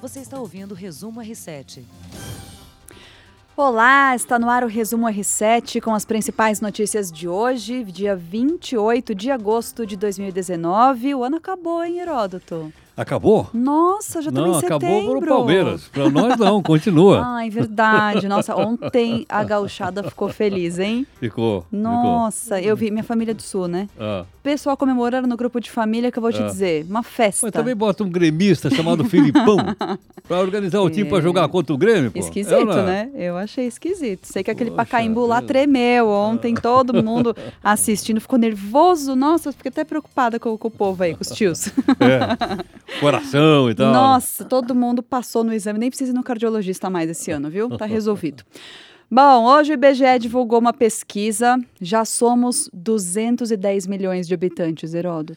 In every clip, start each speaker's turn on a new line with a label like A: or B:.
A: Você está ouvindo o Resumo R7.
B: Olá, está no ar o Resumo R7 com as principais notícias de hoje, dia 28 de agosto de 2019. O ano acabou, hein, Heródoto?
C: Acabou?
B: Nossa, já estamos
C: não,
B: em setembro.
C: acabou para o Palmeiras. Para nós não, continua.
B: Ai, verdade. Nossa, ontem a gauchada ficou feliz, hein?
C: Ficou.
B: Nossa, eu vi minha família do Sul, né?
C: Ficou. Ah.
B: Pessoal comemorando no grupo de família que eu vou te
C: É.
B: dizer, uma festa.
C: Mas também bota um gremista chamado Filipão para organizar o time para jogar contra o Grêmio. Pô. É,
B: Esquisito,
C: não é?
B: né? Eu achei esquisito. Sei que aquele
C: Poxa
B: Pacaembu lá
C: vida. Ah.
B: tremeu ontem, todo mundo assistindo ficou nervoso. Nossa, eu fiquei até preocupada com, com o povo aí, com os tios.
C: É. Coração e tal. né?
B: Nossa, todo mundo passou no exame, nem precisa ir no cardiologista mais esse ano, viu? Tá resolvido. Bom, hoje o IBGE divulgou uma pesquisa. Já somos 210 milhões de habitantes, Heródoto.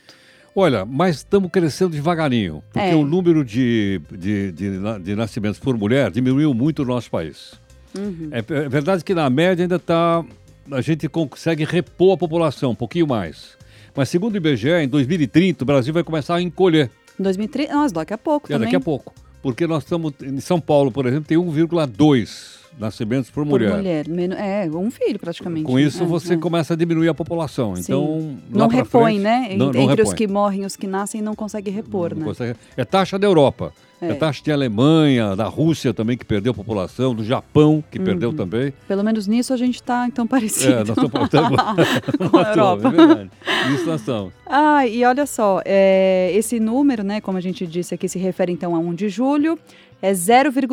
C: Olha, mas estamos crescendo devagarinho, porque
B: É.
C: o número de, de, de, na- de nascimentos por mulher diminuiu muito no nosso país.
B: Uhum.
C: É, pe- é verdade que na média ainda está. A gente consegue repor a população, um pouquinho mais. Mas segundo o IBGE, em 2030 o Brasil vai começar a encolher.
B: 2030, nossa, daqui a pouco
C: É
B: também.
C: daqui a pouco. Porque nós estamos. Em São Paulo, por exemplo, tem 1,2 nascimentos por
B: Por
C: mulher.
B: mulher. meno- é, um filho praticamente.
C: Com
B: né?
C: isso,
B: É,
C: você
B: é.
C: começa a diminuir a população. Então,
B: Sim.
C: lá
B: não
C: pra
B: repõe,
C: frente-
B: né?
C: Não,
B: Entre
C: não
B: entre os
C: repõe.
B: que morrem e os que nascem não consegue repor,
C: Não
B: né?
C: consegue- É taxa da Europa. É.
B: É.
C: taxa de Alemanha, da Rússia também, que perdeu população, do Japão,
B: Uhum.
C: que perdeu também.
B: Pelo menos nisso a gente tá então parecido.
C: É, nós estamos faltando
B: Com a Europa.
C: É Isso nós estamos.
B: Ah, e olha só, é, esse número, né, como a gente disse aqui, se refere então a 1 de julho, é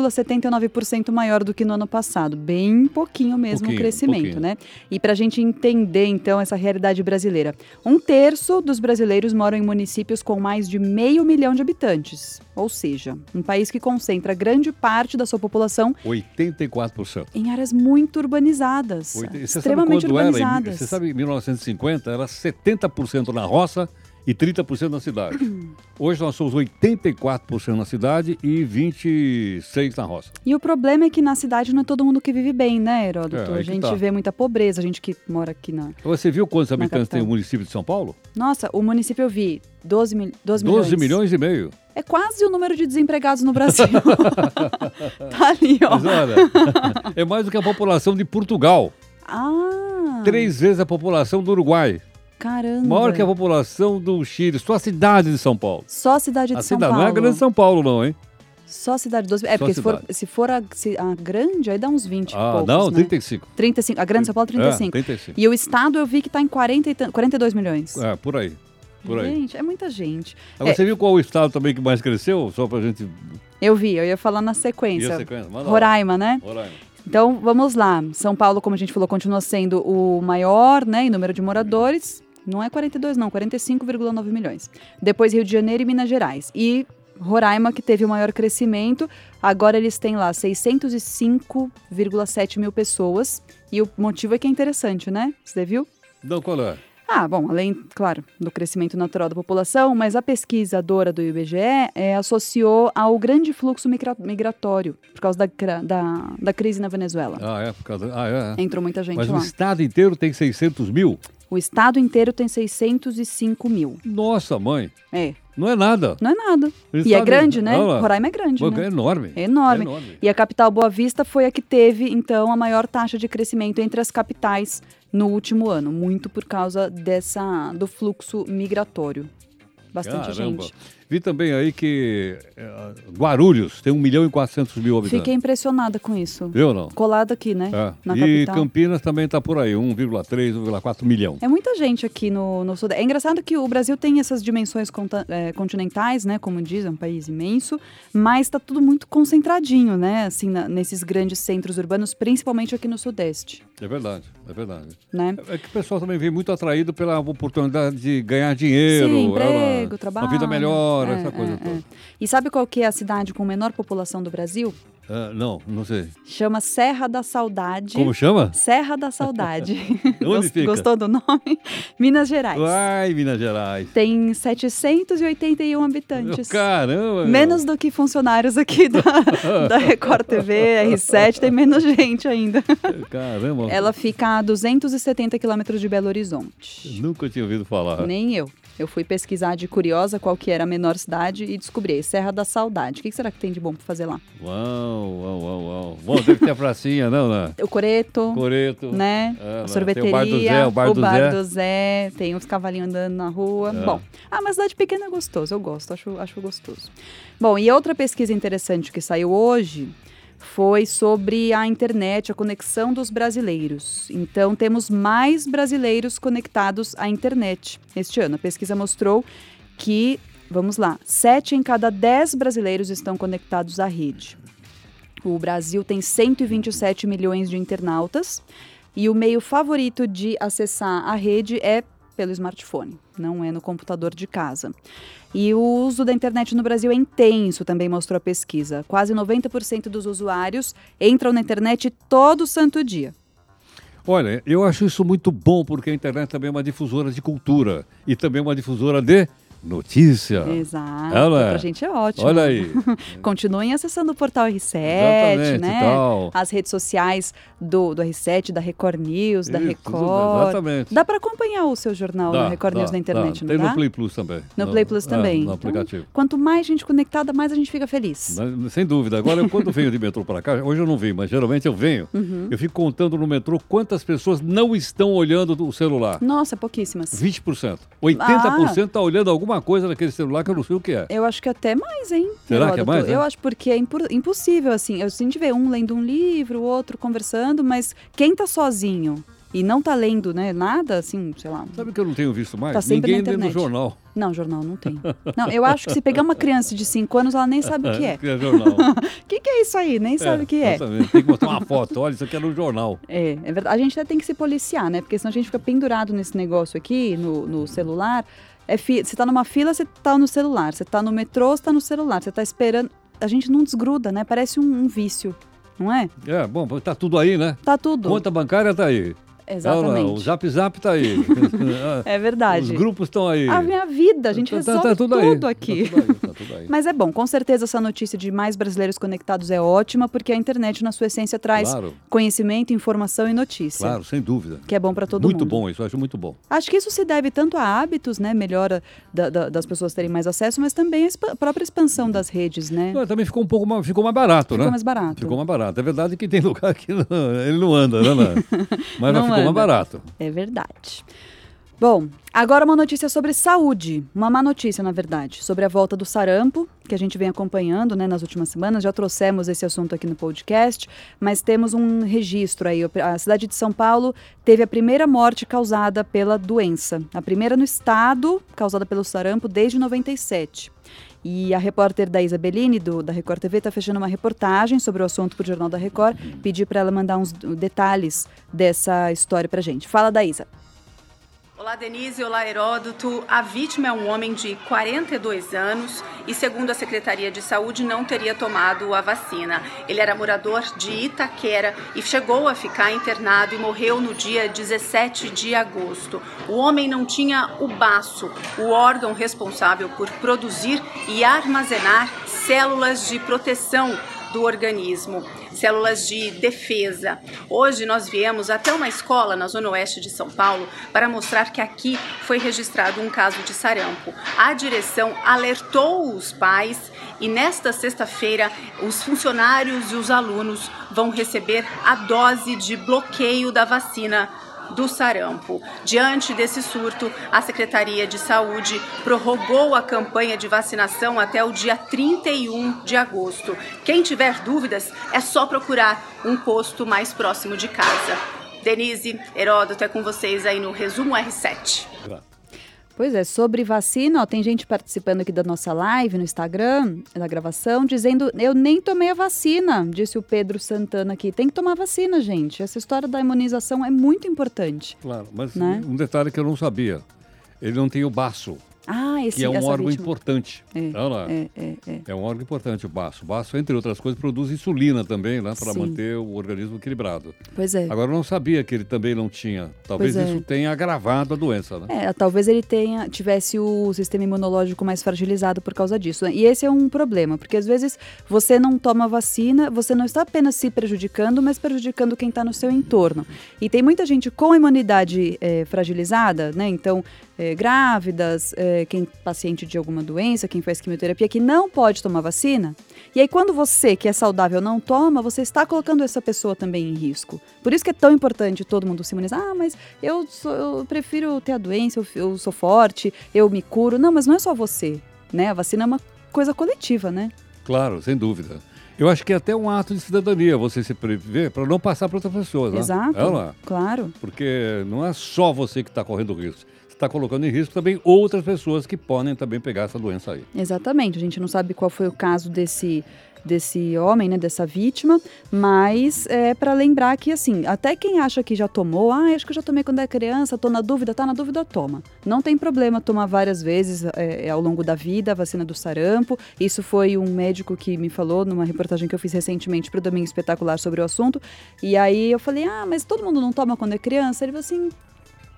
B: 0,79% maior do que no ano passado. Bem pouquinho mesmo
C: Pouquinho,
B: o crescimento,
C: pouquinho.
B: né? E para a gente entender então essa realidade brasileira, um terço dos brasileiros moram em municípios com mais de meio milhão de habitantes. Ou seja, um país que concentra grande parte da sua população
C: 84%.
B: em áreas muito urbanizadas,
C: Oito- e você sabe
B: extremamente
C: quando era? Em-
B: urbanizadas.
C: Você sabe, em 1950 era 70% na roça e 30% na cidade.
B: Uhum.
C: Hoje nós somos 84% na cidade e 26% na roça.
B: E o problema é que na cidade não é todo mundo que vive bem, né, Heródoto?
C: É, aí
B: a
C: que
B: gente
C: tá.
B: vê muita pobreza, a gente que mora aqui na.
C: Você viu quantos habitantes
B: capital.
C: tem o município de São Paulo?
B: Nossa, o município eu vi 12, mil... 12 milhões.
C: 12 milhões e meio.
B: É quase o número de desempregados no Brasil. tá ali, ó.
C: Mas olha, é mais do que a população de Portugal.
B: Ah!
C: Três vezes a população do Uruguai.
B: Caramba!
C: Maior que a população do Chile. Só a cidade de São Paulo.
B: Só a Uhum. cidade de
C: a
B: São
C: cidade
B: Paulo.
C: não é a grande São Paulo, não, hein?
B: Só a cidade de 12 É,
C: Só
B: porque se for,
C: cidade.
B: se for a, se- a grande, aí dá uns 20 e
C: Ah,
B: poucos,
C: não,
B: né?
C: 35.
B: 35. A grande São Paulo, 35.
C: É, 35.
B: E o estado eu vi que tá em 40 e tan- 42 milhões.
C: É, por aí. Por aí.
B: Gente, é muita gente.
C: Agora,
B: É.
C: você viu qual o estado também que mais cresceu? Só pra gente
B: Eu vi, eu ia falar na
C: ir
B: sequência.
C: a sequência. Manda lá.
B: Roraima, né?
C: Roraima.
B: Então, vamos lá. São Paulo, como a gente falou, continua sendo o maior, né, em número de moradores. Não é 42, não, 45,9 milhões. Depois Rio de Janeiro e Minas Gerais. E Roraima, que teve o maior crescimento, agora eles têm lá 605,7 mil pessoas. E o motivo é que é interessante, né? Você viu?
C: Não, qual é?
B: Ah, bom, além, claro, do crescimento natural da população, mas a pesquisadora do IBGE eh, associou ao grande fluxo migra- migratório por causa da, cra- da, da crise na Venezuela.
C: Ah, é. Por causa... Ah, é. é.
B: Entrou muita gente
C: Mas o
B: lá.
C: estado inteiro tem 600 mil?
B: O estado inteiro tem 605 mil.
C: Nossa, mãe.
B: É,
C: Não é nada.
B: não é nada.
C: O
B: e é
C: estado-
B: grande, né?
C: Olha lá.
B: Roraima é grande,
C: Pô,
B: né?
C: É enorme.
B: É enorme.
C: É enorme.
B: E a capital Boa Vista foi a que teve, então, a maior taxa de crescimento entre as capitais no último ano, muito por causa dessa do fluxo migratório. Bastante
C: Caramba.
B: gente.
C: Vi também aí que eh, Guarulhos tem 1 milhão e 400 mil habitantes.
B: Fiquei impressionada com isso.
C: Viu ou não?
B: Colado aqui, né?
C: É.
B: Na
C: E
B: capital.
C: Campinas também está por aí, 1,3, 1,4 milhão.
B: É muita gente aqui no, no Sudeste. É engraçado que o Brasil tem essas dimensões conta- eh, continentais, né? Como diz, é um país imenso, mas está tudo muito concentradinho, né? Assim, na- nesses grandes centros urbanos, principalmente aqui no Sudeste,
C: É, verdade, é verdade.
B: né?
C: É que o pessoal também vem muito atraído pela oportunidade de ganhar dinheiro.
B: Sim,
C: É, ela-
B: emprego, trabalho.
C: Uma vida melhor,
B: É,
C: essa coisa
B: é,
C: toda.
B: é. E sabe qual que é a cidade com menor população do Brasil?
C: Ah, não, não sei.
B: Chama Serra da Saudade.
C: Como chama?
B: Serra da Saudade.
C: Onde fica? Ah,
B: Gostou do nome? Minas Gerais.
C: Ai, Minas Gerais.
B: Tem 781 habitantes.
C: Caramba! meu.
B: Menos do que funcionários aqui da, da Record TV, R7, tem menos gente ainda.
C: Caramba!
B: Ela fica a 270 quilômetros de Belo Horizonte.
C: Nunca tinha ouvido falar.
B: Nem eu. Eu fui pesquisar de curiosa qual que era a menor cidade e descobri Serra da Saudade. O que que será que tem de bom pra fazer lá?
C: Uau, uau, uau, uau. Bom, deve ter a pracinha, não, né?
B: O Coreto,
C: Coreto.
B: né?
C: Ah,
B: a
C: lá,
B: sorveteria,
C: tem o Bar do Zé, o Bar do Zé.
B: Zé, tem uns cavalinhos andando na rua.
C: Ah.
B: Bom, ah, mas cidade pequena é gostoso, eu gosto, acho, acho gostoso. Bom, e outra pesquisa interessante que saiu hoje foi sobre a internet, a conexão dos brasileiros. Então, temos mais brasileiros conectados à internet este ano. A pesquisa mostrou que, vamos lá, 7 em cada 10 brasileiros estão conectados à rede. O Brasil tem 127 milhões de internautas e o meio favorito de acessar a rede é pelo smartphone, não é no computador de casa. E o uso da internet no Brasil é intenso, também mostrou a pesquisa. Quase 90% dos usuários entram na internet todo santo dia.
C: Olha, eu acho isso muito bom, porque a internet também é uma difusora de cultura e também uma difusora de notícia.
B: Exato.
C: Ela é.
B: Pra gente é ótimo.
C: Olha aí.
B: Continuem acessando o portal R7,
C: Exatamente, então.
B: né?
C: tal.
B: As redes sociais do, do R7, da Record News, da
C: Isso,
B: Record.
C: Exatamente.
B: Dá para acompanhar o seu jornal
C: Dá,
B: na Record
C: dá,
B: News na internet,
C: dá.
B: não
C: Tem
B: dá?
C: no Play Plus também.
B: No Play Plus
C: é,
B: também.
C: No
B: Então,
C: aplicativo. Né?
B: Quanto mais gente conectada, mais a gente fica feliz.
C: Mas, sem dúvida. Agora, eu, quando venho de metrô para cá, hoje eu não venho, mas geralmente eu venho,
B: Uhum.
C: eu fico contando no metrô quantas pessoas não estão olhando o celular.
B: Nossa, pouquíssimas.
C: 20%. 80% está tá olhando alguma coisa naquele celular que eu não sei o que é.
B: Eu acho que até mais, hein?
C: Será
B: Heródoto?
C: que é mais, né?
B: Eu acho porque é impo- impossível, assim. Eu sinto ver um lendo um livro, o outro conversando, mas quem tá sozinho e não tá lendo, né, nada, assim, sei lá.
C: Sabe que eu não tenho visto mais?
B: Tá sempre na
C: Ninguém lê no
B: internet.
C: jornal.
B: Não, jornal não tem. Não, eu acho que se pegar uma criança de 5 anos, ela nem sabe o que é.
C: É jornal.
B: O que, que é isso aí? Nem sabe o que é.
C: exatamente. Tem que botar uma foto. Olha, isso aqui é no jornal.
B: É, é verdade. A gente até tem que se policiar, né? Porque senão a gente fica pendurado nesse negócio aqui, no, no celular. É fi... Você tá numa fila, você tá no celular. Você tá no metrô, você tá no celular. Você tá esperando. A gente não desgruda, né? Parece um, um vício, não é?
C: É, bom, tá tudo aí, né?
B: Tá tudo.
C: Conta bancária tá aí. Ah, não, O
B: Exatamente.
C: Zap Zap tá aí.
B: É
C: Os
B: verdade.
C: grupos estão aí.
B: A minha vida, a gente
C: Tá- tá-
B: resolve
C: tá
B: tudo,
C: tudo aí.
B: aqui.
C: Tá tudo aí, tá tudo aí.
B: Mas é bom, com certeza essa notícia de mais brasileiros conectados é ótima, porque a internet, na sua essência, traz
C: Claro.
B: conhecimento, informação e notícia.
C: Claro, sem dúvida.
B: Que é bom para todo
C: muito
B: mundo.
C: bom isso, eu acho muito bom.
B: Acho que isso se deve tanto a hábitos, né? Melhora da- da- das pessoas terem mais acesso, mas também a expa- própria expansão das redes, né?
C: Não, também ficou um pouco mais, ficou mais barato, né?
B: Ficou mais barato.
C: Ficou mais barato. É verdade que tem lugar que não- ele não anda, né? Ana? Mas
B: Não
C: ficou
B: anda.
C: mais barato.
B: É verdade. Bom, agora uma notícia sobre saúde. Uma má notícia, na verdade, sobre a volta do sarampo, que a gente vem acompanhando né, nas últimas semanas. Já trouxemos esse assunto aqui no podcast, mas temos um registro aí. A cidade de São Paulo teve a primeira morte causada pela doença. A primeira no estado, causada pelo sarampo, desde 97. E a repórter da Isabelline, do, da Record TV, está fechando uma reportagem sobre o assunto para o Jornal da Record. Pedi para ela mandar uns detalhes dessa história para gente. Fala da Isa.
D: Olá, Denise. Olá, Heródoto. A vítima é um homem de 42 anos e, segundo a Secretaria de Saúde, não teria tomado a vacina. Ele era morador de Itaquera e chegou a ficar internado e morreu no dia 17 de agosto. O homem não tinha o baço, o órgão responsável por produzir e armazenar células de proteção do organismo, células de defesa. Hoje nós viemos até uma escola na zona oeste de São Paulo para mostrar que aqui foi registrado um caso de sarampo. A direção alertou os pais e nesta sexta-feira os funcionários e os alunos vão receber a dose de bloqueio da vacina do sarampo. Diante desse surto, a Secretaria de Saúde prorrogou a campanha de vacinação até o dia 31 de agosto. Quem tiver dúvidas, é só procurar um posto mais próximo de casa. Denise, Heródoto é com vocês aí no Resumo R7.
B: Pois é, sobre vacina, ó, tem gente participando aqui da nossa live no Instagram, da gravação, dizendo: Eu nem tomei a vacina, disse o Pedro Santana aqui. Tem que tomar vacina, gente. Essa história da imunização é muito importante.
C: Claro, mas
B: Né?
C: um detalhe que eu não sabia. Ele não tem o baço.
B: Ah, esse
C: que é um
B: essa
C: órgão
B: vítima.
C: importante.
B: É,
C: Olha lá.
B: É, é, é.
C: É um órgão importante, o baço. O baço, entre outras coisas, produz insulina também, né, para
B: Sim.
C: manter o organismo equilibrado.
B: Pois é.
C: Agora, eu não sabia que ele também não tinha. Talvez
B: Pois é.
C: isso tenha agravado a doença, né?
B: É, talvez ele tenha, tivesse o sistema imunológico mais fragilizado por causa disso. né? E esse é um problema, porque às vezes você não toma vacina, você não está apenas se prejudicando, mas prejudicando quem está no seu entorno. E tem muita gente com imunidade eh, fragilizada, né? Então, eh, grávidas, eh, quem paciente de alguma doença, quem faz quimioterapia, que não pode tomar vacina. E aí, quando você, que é saudável, não toma, você está colocando essa pessoa também em risco. Por isso que é tão importante todo mundo se imunizar. Ah, mas eu, sou- eu prefiro ter a doença, eu, eu sou forte, eu me curo. Não, mas não é só você, né? A vacina é uma coisa coletiva, né?
C: Claro, sem dúvida. Eu acho que é até um ato de cidadania você se prever para não passar para outras pessoas, né?
B: Exato.
C: Olha lá.
B: Claro.
C: Porque não é só você que está correndo risco. Você está colocando em risco também outras pessoas que podem também pegar essa doença aí.
B: Exatamente. A gente não sabe qual foi o caso desse desse homem, né, dessa vítima, mas é para lembrar que assim, até quem acha que já tomou, ah, acho que eu já tomei quando era criança, tô na dúvida, tá na dúvida, toma. Não tem problema tomar várias vezes é, ao longo da vida a vacina do sarampo. Isso foi um médico que me falou numa reportagem que eu fiz recentemente para o Domingo Espetacular sobre o assunto. E aí eu falei: "Ah, mas todo mundo não toma quando é criança?" Ele falou assim: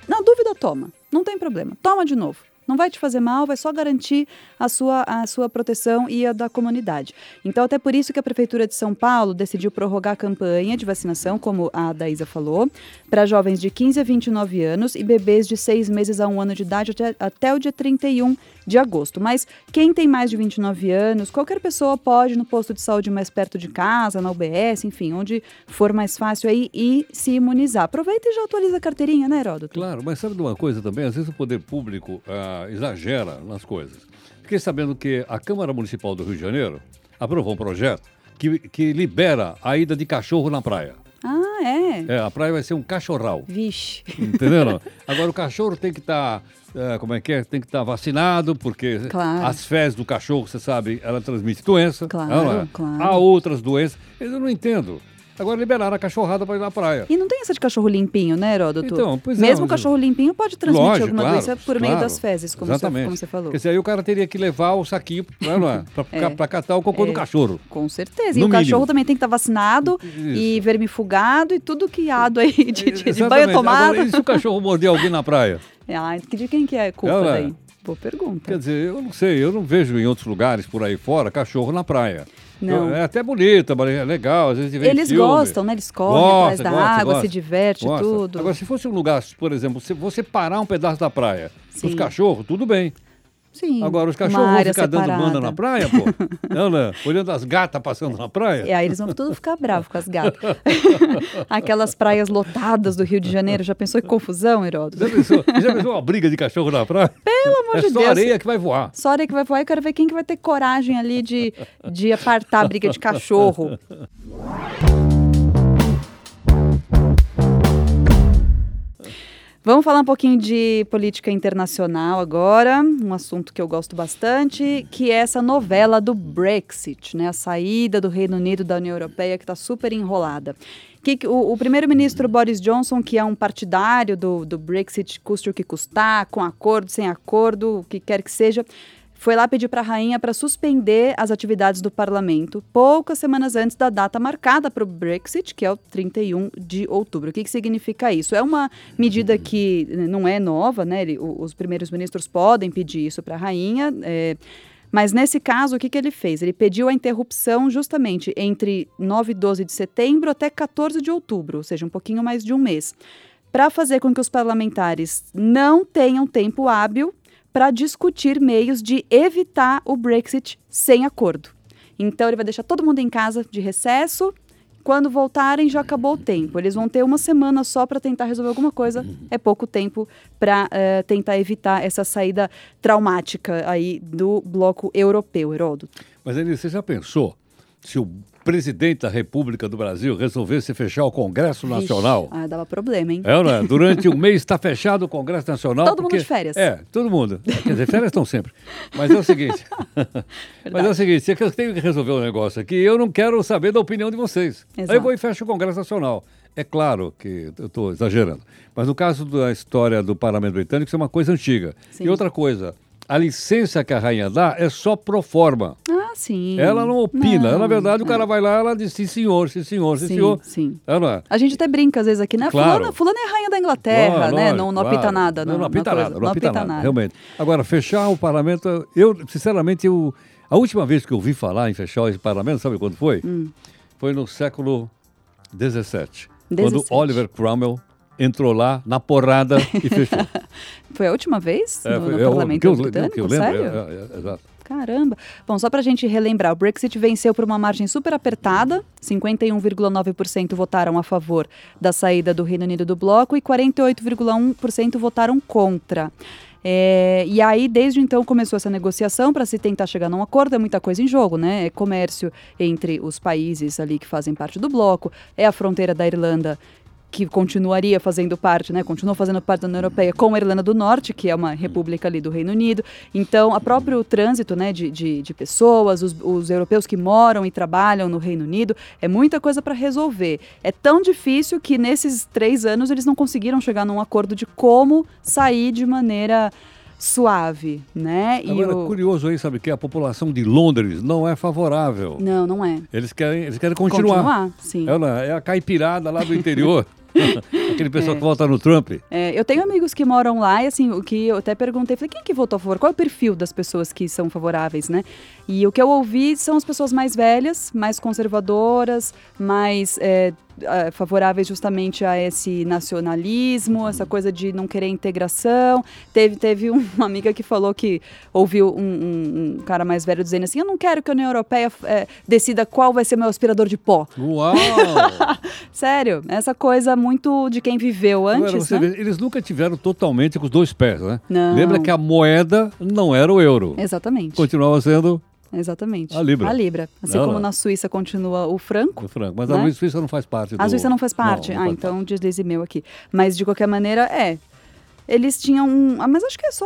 B: na dúvida, toma. Não tem problema. Toma de novo. Não vai te fazer mal, vai só garantir a sua, a sua proteção e a da comunidade. Então, até por isso que a Prefeitura de São Paulo decidiu prorrogar a campanha de vacinação, como a Daísa falou, para jovens de 15 a 29 anos e bebês de 6 meses a 1 ano de idade até, até o dia 31 de agosto. Mas quem tem mais de 29 anos, qualquer pessoa pode ir no posto de saúde mais perto de casa, na UBS, enfim, onde for mais fácil aí, e se imunizar. Aproveita e já atualiza a carteirinha, né, Heródoto?
C: Claro, mas sabe de uma coisa também? Às vezes o poder público ah, exagera nas coisas. Fiquei sabendo que a Câmara Municipal do Rio de Janeiro aprovou um projeto que, que libera a ida de cachorro na praia.
B: Ah, é?
C: É, a praia vai ser um cachorral.
B: Vixe.
C: Entenderam? Agora o cachorro tem que estar, como é que é? Tem que estar vacinado, porque
B: Claro.
C: as fezes do cachorro, você sabe, ela transmite doença.
B: Claro,
C: ela é?
B: claro.
C: Há outras doenças. Eu não entendo. Agora liberaram a cachorrada para ir na praia.
B: E não tem essa de cachorro limpinho, né, Heródoto?
C: Então, pois é,
B: Mesmo
C: mas-
B: cachorro limpinho pode transmitir
C: Lógico,
B: alguma
C: claro,
B: doença por
C: claro.
B: meio das fezes, como, você,
C: Exatamente.
B: como você falou.
C: Quer dizer, aí o cara teria que levar o saquinho né, para
B: É.
C: catar o cocô do cachorro.
B: Com certeza. E
C: No
B: o
C: mínimo.
B: cachorro também tem que estar vacinado e vermifugado e tudo que ado aí de, de- de banho
C: Exatamente.
B: tomado.
C: Agora, e se o cachorro morder alguém na praia?
B: Ah, que de quem que é a culpa
C: Ela-
B: daí? Boa pergunta.
C: Quer dizer, eu não sei, eu não vejo em outros lugares por aí fora cachorro na praia.
B: Não.
C: Eu- é até bonita, mas é legal, às vezes vem
B: Eles
C: filme.
B: gostam, né? Eles correm atrás da água, se diverte,
C: gosta.
B: tudo.
C: Agora, se fosse um lugar, por exemplo, se você parar um pedaço da praia, os
B: Sim.
C: cachorros, tudo bem.
B: Sim.
C: Agora, os
B: uma
C: cachorros vão
B: área
C: ficar dando banda
B: separada.
C: na praia, pô. não, né? Olhando as gatas passando na praia.
B: E É, aí eles vão tudo ficar bravos com as gatas. Aquelas praias lotadas do Rio de Janeiro. Já pensou que confusão, Heródoto?
C: Já pensou, já pensou uma briga de cachorro na praia?
B: Pelo amor
C: é
B: de
C: só
B: Deus.
C: areia que vai voar.
B: Só hora que vai voar, eu quero ver quem que vai ter coragem ali de, de apartar a briga de cachorro. Vamos falar um pouquinho de política internacional agora, um assunto que eu gosto bastante, que é essa novela do Brexit, né? A saída do Reino Unido da União Europeia que está super enrolada. Que, que- o o primeiro-ministro Boris Johnson, que é um partidário do, do Brexit, custe o que custar, com acordo, sem acordo, o que quer que seja, foi lá pedir para a rainha para suspender as atividades do parlamento poucas semanas antes da data marcada para o Brexit, que é o 31 de outubro. O que, que significa isso? É uma medida que eh, não é nova, né? Ele- o- os primeiros ministros podem pedir isso para a rainha. eh, mas nesse caso, o que, que ele fez? Ele pediu a interrupção justamente entre 9 e 12 de setembro até 14 de outubro, ou seja, um pouquinho mais de um mês, para fazer com que os parlamentares não tenham tempo hábil para discutir meios de evitar o Brexit sem acordo. Então ele vai deixar todo mundo em casa de recesso. Quando voltarem, já acabou o tempo. Eles vão ter uma semana só para tentar resolver alguma coisa. É pouco tempo para tentar evitar essa saída traumática aí do bloco europeu, Heródoto.
C: Mas, Eli, você já pensou se o presidente da República do Brasil resolvesse fechar o Congresso Nacional?
B: Vixe, ah, dava problema, hein?
C: É, né? Durante um mês está fechado o Congresso Nacional.
B: Todo mundo
C: porque-
B: de férias.
C: É, todo mundo. Quer dizer, férias estão sempre. Mas é o seguinte. mas é o seguinte, é que eu tenho que resolver um negócio aqui. Eu não quero saber da opinião de vocês. Aí eu
B: Exato.
C: vou e fecho o Congresso Nacional. É claro que eu estou exagerando. Mas no caso da história do Parlamento Britânico, isso é uma coisa antiga.
B: Sim.
C: E outra coisa. A a licença que a rainha dá é só pro forma.
B: Ah, sim.
C: Ela não opina. ela, na verdade, o cara vai lá, ela diz sim, senhor, sim, senhor, sim,
B: Sim,
C: senhor. É
B: sim.
C: Ela,
B: A gente até brinca às vezes aqui, né? Fulana,
C: Claro.
B: fulana é rainha da Inglaterra,
C: Claro,
B: né?
C: lógico,
B: Não, não apita
C: claro.
B: nada.
C: Não, não apita
B: na coisa.
C: nada, não apita nada, realmente. Agora, fechar o parlamento, eu, sinceramente, eu, a última vez que eu ouvi falar em fechar esse parlamento, sabe quando foi?
B: Hum.
C: Foi no século XVII, quando
B: 17.
C: Oliver Cromwell entrou lá na porrada e fechou.
B: Foi a última vez
C: É,
B: no,
C: foi-
B: no
C: é o
B: parlamento
C: que eu-
B: britânico?
C: que eu lembro,
B: sério?
C: é, é, é, exato.
B: Caramba. Bom, só pra gente relembrar, o Brexit venceu por uma margem super apertada. 51,9% votaram a favor da saída do Reino Unido do bloco e 48,1% votaram contra. É, e aí, desde então, começou essa negociação para se tentar chegar num acordo. É muita coisa em jogo, né? É comércio entre os países ali que fazem parte do bloco, é a fronteira da Irlanda que continuaria fazendo parte, né, continuou fazendo parte da União Europeia com a Irlanda do Norte, que é uma república ali do Reino Unido. Então, a próprio trânsito, né, de, de, de pessoas, os, os europeus que moram e trabalham no Reino Unido, é muita coisa para resolver. É tão difícil que nesses três anos eles não conseguiram chegar num acordo de como sair de maneira suave, né? E
C: Agora, é
B: o-
C: curioso aí, sabe que a população de Londres não é favorável.
B: Não, não é.
C: Eles querem, eles querem continuar.
B: sim.
C: Ela é a caipirada lá do interior. Aquele pessoal que vota no Trump.
B: É, eu tenho amigos que moram lá e assim, o que eu até perguntei, falei, quem que votou a favor? Qual é o perfil das pessoas que são favoráveis, né? E o que eu ouvi são as pessoas mais velhas, mais conservadoras, mais é, ah, favoráveis justamente a esse nacionalismo,
C: Uhum.
B: essa coisa de não querer integração. Teve, teve um, uma amiga que falou que ouviu um, um- um cara mais velho dizendo assim, eu não quero que a União Europeia eh, decida qual vai ser meu aspirador de pó.
C: Uau!
B: Sério, essa coisa muito de quem viveu antes,
C: Agora, você
B: né?
C: vê, eles nunca tiveram totalmente com os dois pés, né?
B: Não.
C: Lembra que a moeda não era o euro.
B: Exatamente.
C: Continuava sendo
B: Exatamente.
C: A libra.
B: A Libra. Assim
C: Não,
B: como
C: não.
B: na Suíça continua o franco.
C: o franco. Mas
B: Né?
C: a Suíça não faz parte do...
B: A Suíça não faz parte.
C: não
B: ah,
C: faz
B: então deslize meu aqui. Mas de qualquer maneira, é. Eles tinham um. Ah, mas acho que é só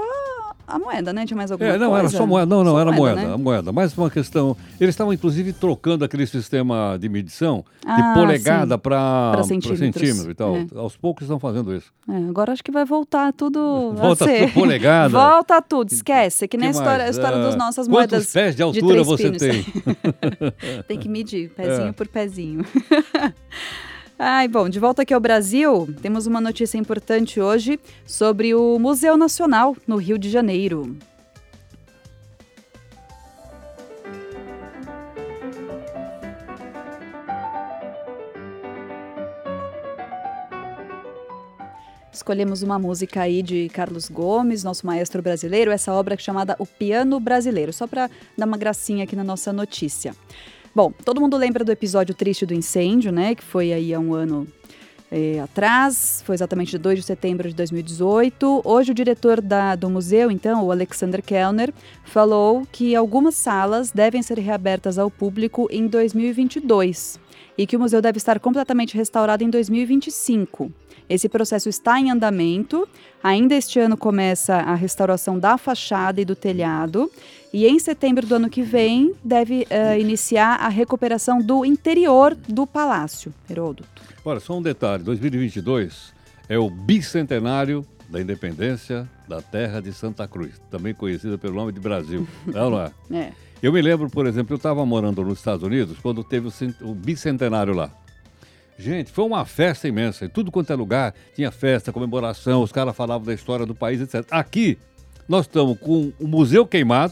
B: a moeda, né? Tinha mais alguma
C: É, não,
B: coisa.
C: era só moeda. Não, não,
B: Só
C: era moeda,
B: né?
C: a moeda. Mais uma questão. Eles estavam, inclusive, trocando aquele sistema de medição de
B: Ah,
C: polegada para
B: Pra centímetros.
C: centímetro e tal.
B: É.
C: Aos poucos estão fazendo isso.
B: É, agora acho que vai voltar tudo. a
C: Volta
B: ser.
C: tudo polegada.
B: Volta tudo, esquece. É Que nem
C: Que
B: a história, a
C: mais?
B: história
C: Ah,
B: das nossas
C: quantos
B: moedas.
C: pés de altura
B: três
C: você
B: pinos.
C: tem?
B: Tem que medir, pezinho
C: É.
B: por pezinho. Ai, bom, de volta aqui ao Brasil, temos uma notícia importante hoje sobre o Museu Nacional no Rio de Janeiro. Escolhemos uma música aí de Carlos Gomes, nosso maestro brasileiro, essa obra chamada O Piano Brasileiro, só para dar uma gracinha aqui na nossa notícia. Bom, todo mundo lembra do episódio triste do incêndio, né? Que foi aí há um ano eh, atrás, foi exatamente de 2 de setembro de 2018. Hoje, o diretor da- do museu, então, o Alexander Kellner, falou que algumas salas devem ser reabertas ao público em 2022 e que o museu deve estar completamente restaurado em 2025. Esse processo está em andamento. Ainda este ano começa a restauração da fachada e do telhado. E em setembro do ano que vem deve eh, iniciar a recuperação do interior do palácio. Heródoto.
C: Olha, só um detalhe: 2022 é o bicentenário da independência da terra de Santa Cruz, também conhecida pelo nome de Brasil. Não, não é?
B: É.
C: Eu me lembro, por exemplo, eu estava morando nos Estados Unidos quando teve o, cen- o bicentenário lá. Gente, foi uma festa imensa. Em tudo quanto é lugar tinha festa, comemoração, os caras falavam da história do país, etc. Aqui, nós estamos com o Museu Queimado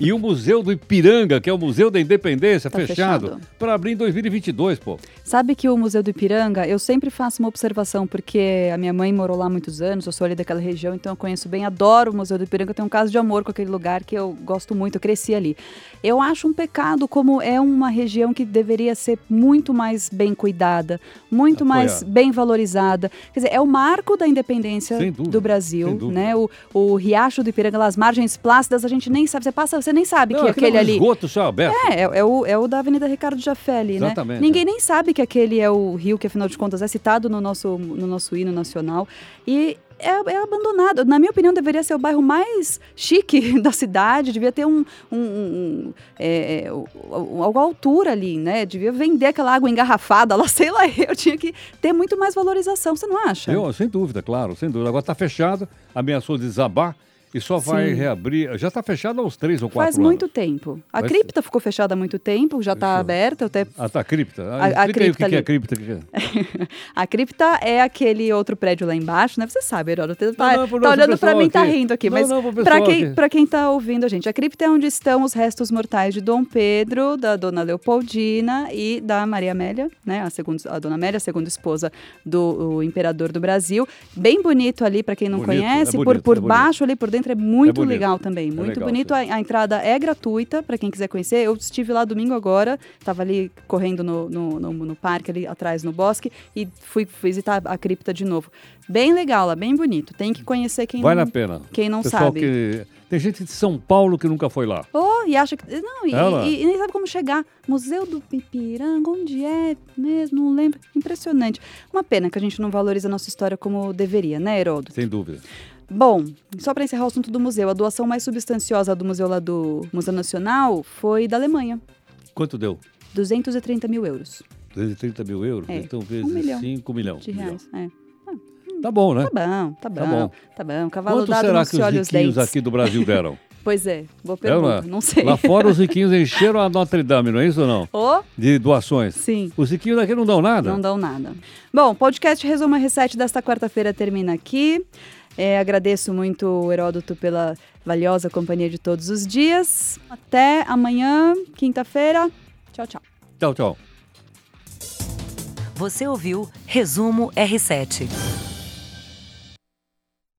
C: e o Museu do Ipiranga, que é o Museu da Independência,
B: Tá
C: fechado,
B: fechado.
C: para abrir em 2022, pô.
B: Sabe que o Museu do Ipiranga, eu sempre faço uma observação, porque a minha mãe morou lá há muitos anos, eu sou ali daquela região, então eu conheço bem, adoro o Museu do Ipiranga, eu tenho um caso de amor com aquele lugar que eu gosto muito, eu cresci ali. Eu acho um pecado como é uma região que deveria ser muito mais bem cuidada, muito mais
C: Apoiada.
B: bem valorizada. Quer dizer, é o marco da independência
C: Sem dúvida,
B: do Brasil,
C: sem dúvida.
B: né? O, o Riacho do Ipiranga, lá as margens plácidas, a gente nem sabe, você passa, você nem sabe
C: Não,
B: que
C: aquilo
B: aquele
C: é um
B: ali...
C: esgoto só aberto.
B: É, é, é o, é o da Avenida Ricardo Jafé ali, né?
C: Exatamente.
B: Ninguém nem é sabe que aquele é o rio que, afinal de contas, é citado no nosso, no nosso hino nacional. E é, é abandonado. Na minha opinião, deveria ser o bairro mais chique da cidade, devia ter um. um, um é, é, o- o- alguma altura ali, né? Devia vender aquela água engarrafada lá, sei lá, eu tinha que ter muito mais valorização, você não acha?
C: Eu, sem dúvida, claro, sem dúvida. Agora está fechado, ameaçou desabar e só vai
B: Sim.
C: reabrir. Já está fechado há uns três ou quatro
B: Faz
C: anos.
B: muito tempo. A
C: Mas-
B: cripta ficou fechada há muito tempo, já está aberta, eu até
C: Ah, tá, cripta. Ah,
B: A- a
C: Explica aí o que,
B: cripta
C: que é
B: ali.
C: cripta. o que que é.
B: a cripta é aquele outro prédio lá embaixo, né? Você sabe, Heródoto. Tá,
C: não, pro
B: tá
C: nosso
B: olhando pra
C: pessoal
B: mim, tá
C: aqui.
B: rindo aqui.
C: Não,
B: mas
C: não, pro
B: pra,
C: pessoal
B: quem,
C: aqui.
B: pra quem tá ouvindo a gente, a cripta é onde estão os restos mortais de Dom Pedro, da Dona Leopoldina e da Maria Amélia, né? A, segunda, a Dona Amélia, a segunda esposa do o imperador do Brasil. Bem bonito ali, pra quem não
C: Bonito,
B: conhece.
C: é
B: por
C: bonito,
B: por
C: é bonito.
B: baixo ali, por dentro, é muito
C: bonito. é
B: legal também. Muito
C: legal,
B: bonito. A, a entrada é gratuita, pra quem quiser conhecer. Eu estive lá domingo agora, tava ali correndo no, no, no- no parque, ali atrás no bosque, e fui visitar a cripta de novo. Bem legal lá, bem bonito. Tem que conhecer quem
C: Vale
B: não,
C: a pena.
B: Quem não
C: Pessoal
B: sabe.
C: que- Tem gente de São Paulo que nunca foi lá.
B: Oh, e acha que. Não, e,
C: Ela?
B: e- e nem sabe como chegar. Museu do Ipiranga, onde é mesmo? Não lembro. Impressionante. Uma pena que a gente não valoriza a nossa história como deveria, né, Heródoto?
C: Sem dúvida.
B: Bom, só para encerrar o assunto do museu, a doação mais substanciosa do museu lá do Museu Nacional foi da Alemanha.
C: Quanto deu?
B: 230 mil euros
C: 230 mil euros?
B: É,
C: Então,
B: um
C: vezes
B: milhão
C: 5 milhões.
B: de reais. É.
C: Tá bom, né?
B: Tá bom, tá bom, tá
C: bom.
B: bom. Cavalo
C: Quanto
B: dado
C: será
B: não
C: que
B: se
C: os
B: olha os
C: riquinhos
B: dentes.
C: aqui do Brasil deram?
B: Pois é, boa
C: É,
B: pergunta,
C: lá-
B: não sei.
C: Lá fora os riquinhos encheram a Notre Dame, não é isso ou não?
B: Ô,
C: De doações.
B: sim.
C: Os riquinhos daqui não dão nada?
B: Não dão nada. Bom, podcast Resuma Reset desta quarta-feira termina aqui. É, agradeço muito o Heródoto pela valiosa companhia de todos os dias. Até amanhã, quinta-feira. Tchau, tchau.
C: Tchau, tchau.
A: Você ouviu Resumo R7.